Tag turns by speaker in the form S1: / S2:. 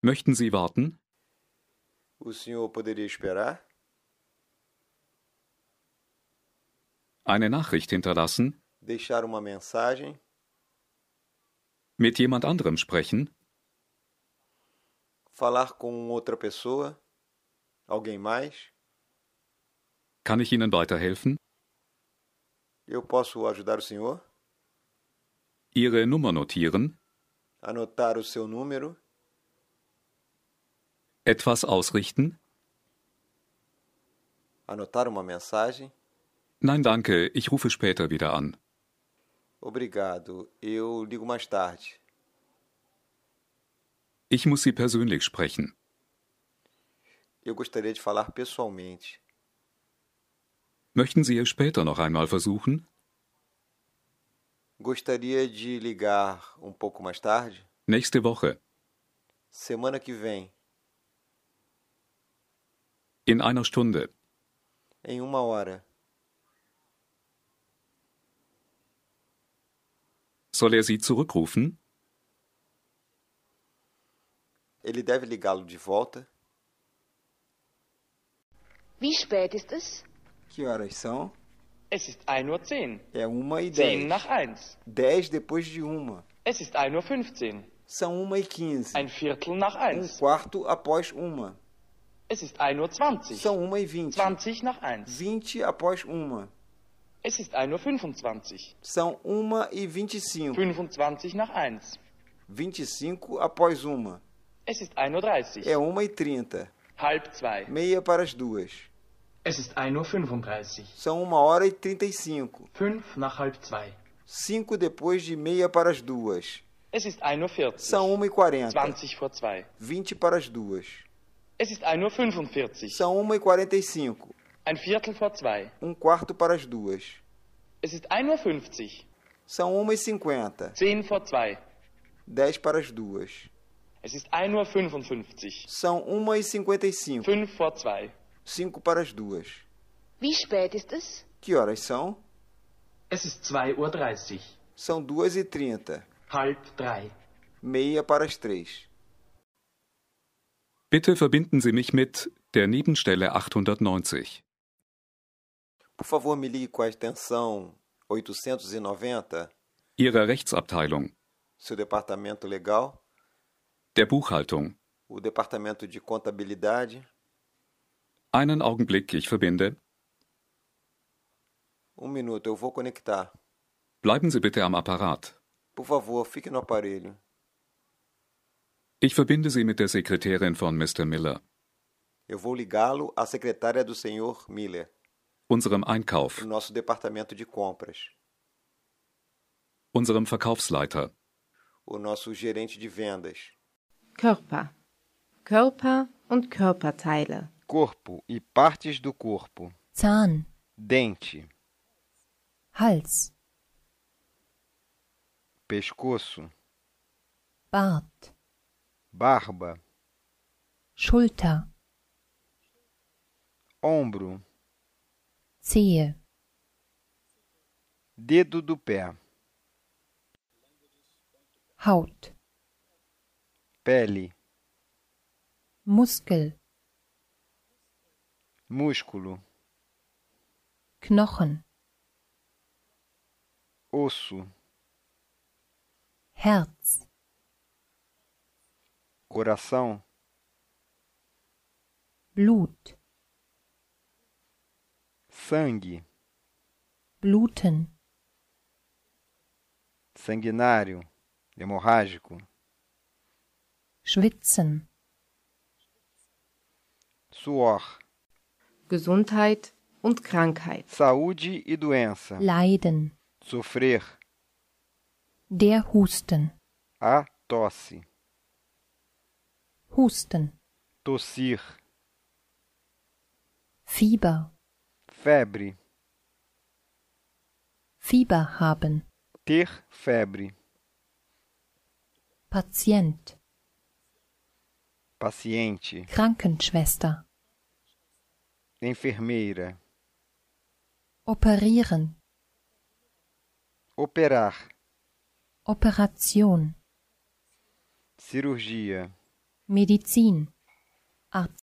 S1: Möchten Sie warten?
S2: O senhor poderia esperar?
S1: Eine Nachricht hinterlassen?
S2: Deixar uma mensagem?
S1: Mit jemand anderem sprechen?
S2: Falar com outra pessoa? Alguém mais?
S1: Kann ich Ihnen weiterhelfen?
S2: Eu posso ajudar o senhor?
S1: Ihre Nummer notieren?
S2: Anotar o seu número?
S1: Etwas ausrichten?
S2: Anotar uma mensagem?
S1: Nein, danke, ich rufe später wieder an.
S2: Obrigado, eu ligo mais tarde.
S1: Ich muss Sie persönlich sprechen.
S2: Eu gostaria de falar pessoalmente.
S1: Möchten Sie es später noch einmal versuchen?
S2: Gostaria de ligar um pouco mais tarde?
S1: Nächste Woche.
S2: Semana que vem,
S1: In einer Stunde.
S2: em uma hora.
S1: Soll er Sie zurückrufen?
S2: Ele deve ligá-lo de volta?
S3: Wie spät ist es?
S2: Que horas são?
S4: Es ist 1.10 Uhr.
S2: É uma e
S4: 10
S2: dez.
S4: nach 1.
S2: Dez depois de uma.
S4: Es ist 1.15 Uhr.
S2: São uma e quinze.
S4: Ein Viertel nach
S2: Um
S4: 1.
S2: quarto após uma.
S4: Es ist 1.20 Uhr.
S2: São uma e vinte.
S4: 20 nach 1.
S2: Vinte após uma.
S4: Es ist 1.25 Uhr.
S2: São uma e vinte e cinco.
S4: 25 nach 1.
S2: Vinte e cinco após uma.
S4: Es ist 1.30 Uhr.
S2: É uma e trinta.
S4: Halb zwei.
S2: Meia para as duas.
S4: Es ist 1.35 Uhr.
S2: São uma hora e trinta e cinco.
S4: Fünf nach halb zwei.
S2: Cinco depois de meia para as duas.
S4: Es ist 1.40
S2: São
S4: Uhr.
S2: uma e quarenta.
S4: 20 vor zwei.
S2: Vinte para as duas.
S4: Es ist 1.45 Uhr.
S2: São uma e quarenta e cinco.
S4: Ein Viertel vor zwei.
S2: Um quarto para as duas.
S4: Es ist 1.50 Uhr.
S2: São uma e cinquenta.
S4: Zehn vor zwei.
S2: Dez para as duas.
S4: Es ist 1.55 Uhr.
S2: São uma e cinquenta e cinco.
S4: Fünf vor zwei.
S2: Cinco para as duas.
S3: Wie spät ist es?
S2: Que horas são?
S4: Es ist 2.30 Uhr.
S2: São duas e trinta.
S4: Halb drei.
S2: Meia para as três.
S1: Bitte verbinden Sie mich mit der Nebenstelle 890.
S2: Por favor, me ligue com a extensão 890,
S1: Ihrer Rechtsabteilung,
S2: seu departamento legal,
S1: der Buchhaltung.
S2: o departamento de contabilidade.
S1: Einen Augenblick, ich verbinde.
S2: Um minuto, eu vou conectar.
S1: Bleiben Sie bitte am Apparat.
S2: Por favor, fique no aparelho.
S1: Ich verbinde Sie mit der Sekretärin von Mr. Miller,
S2: Eu vou ligá-lo à secretária do senhor Miller,
S1: unserem
S2: do
S1: Einkauf,
S2: nosso departamento de compras,
S1: unserem Verkaufsleiter,
S2: o nosso gerente de vendas.
S5: Körper. Körper und Körperteile.
S2: Corpo e partes do corpo.
S6: Zahn,
S2: Dente,
S6: Hals,
S2: pescoço,
S6: Bart,
S2: barba,
S6: Schulter,
S2: ombro,
S6: Zehe,
S2: dedo do pé,
S6: Haut,
S2: pele,
S6: Muskel,
S2: músculo,
S6: Knochen,
S2: osso,
S6: Herz,
S2: coração,
S6: Blut,
S2: sangue,
S6: Bluten,
S2: sanguinário, hemorrágico,
S6: Schwitzen,
S2: suor,
S5: Gesundheit und Krankheit.
S2: saúde e doença,
S6: Leiden,
S2: sofrer,
S6: der Husten,
S2: a tosse,
S6: Husten,
S2: tossir,
S6: Fieber,
S2: febre,
S6: Fieber haben,
S2: ter febre,
S6: Patient,
S2: paciente,
S6: Krankenschwester,
S2: enfermeira,
S6: operieren,
S2: operar,
S6: Operation,
S2: cirurgia,
S6: Medizin, Arzt.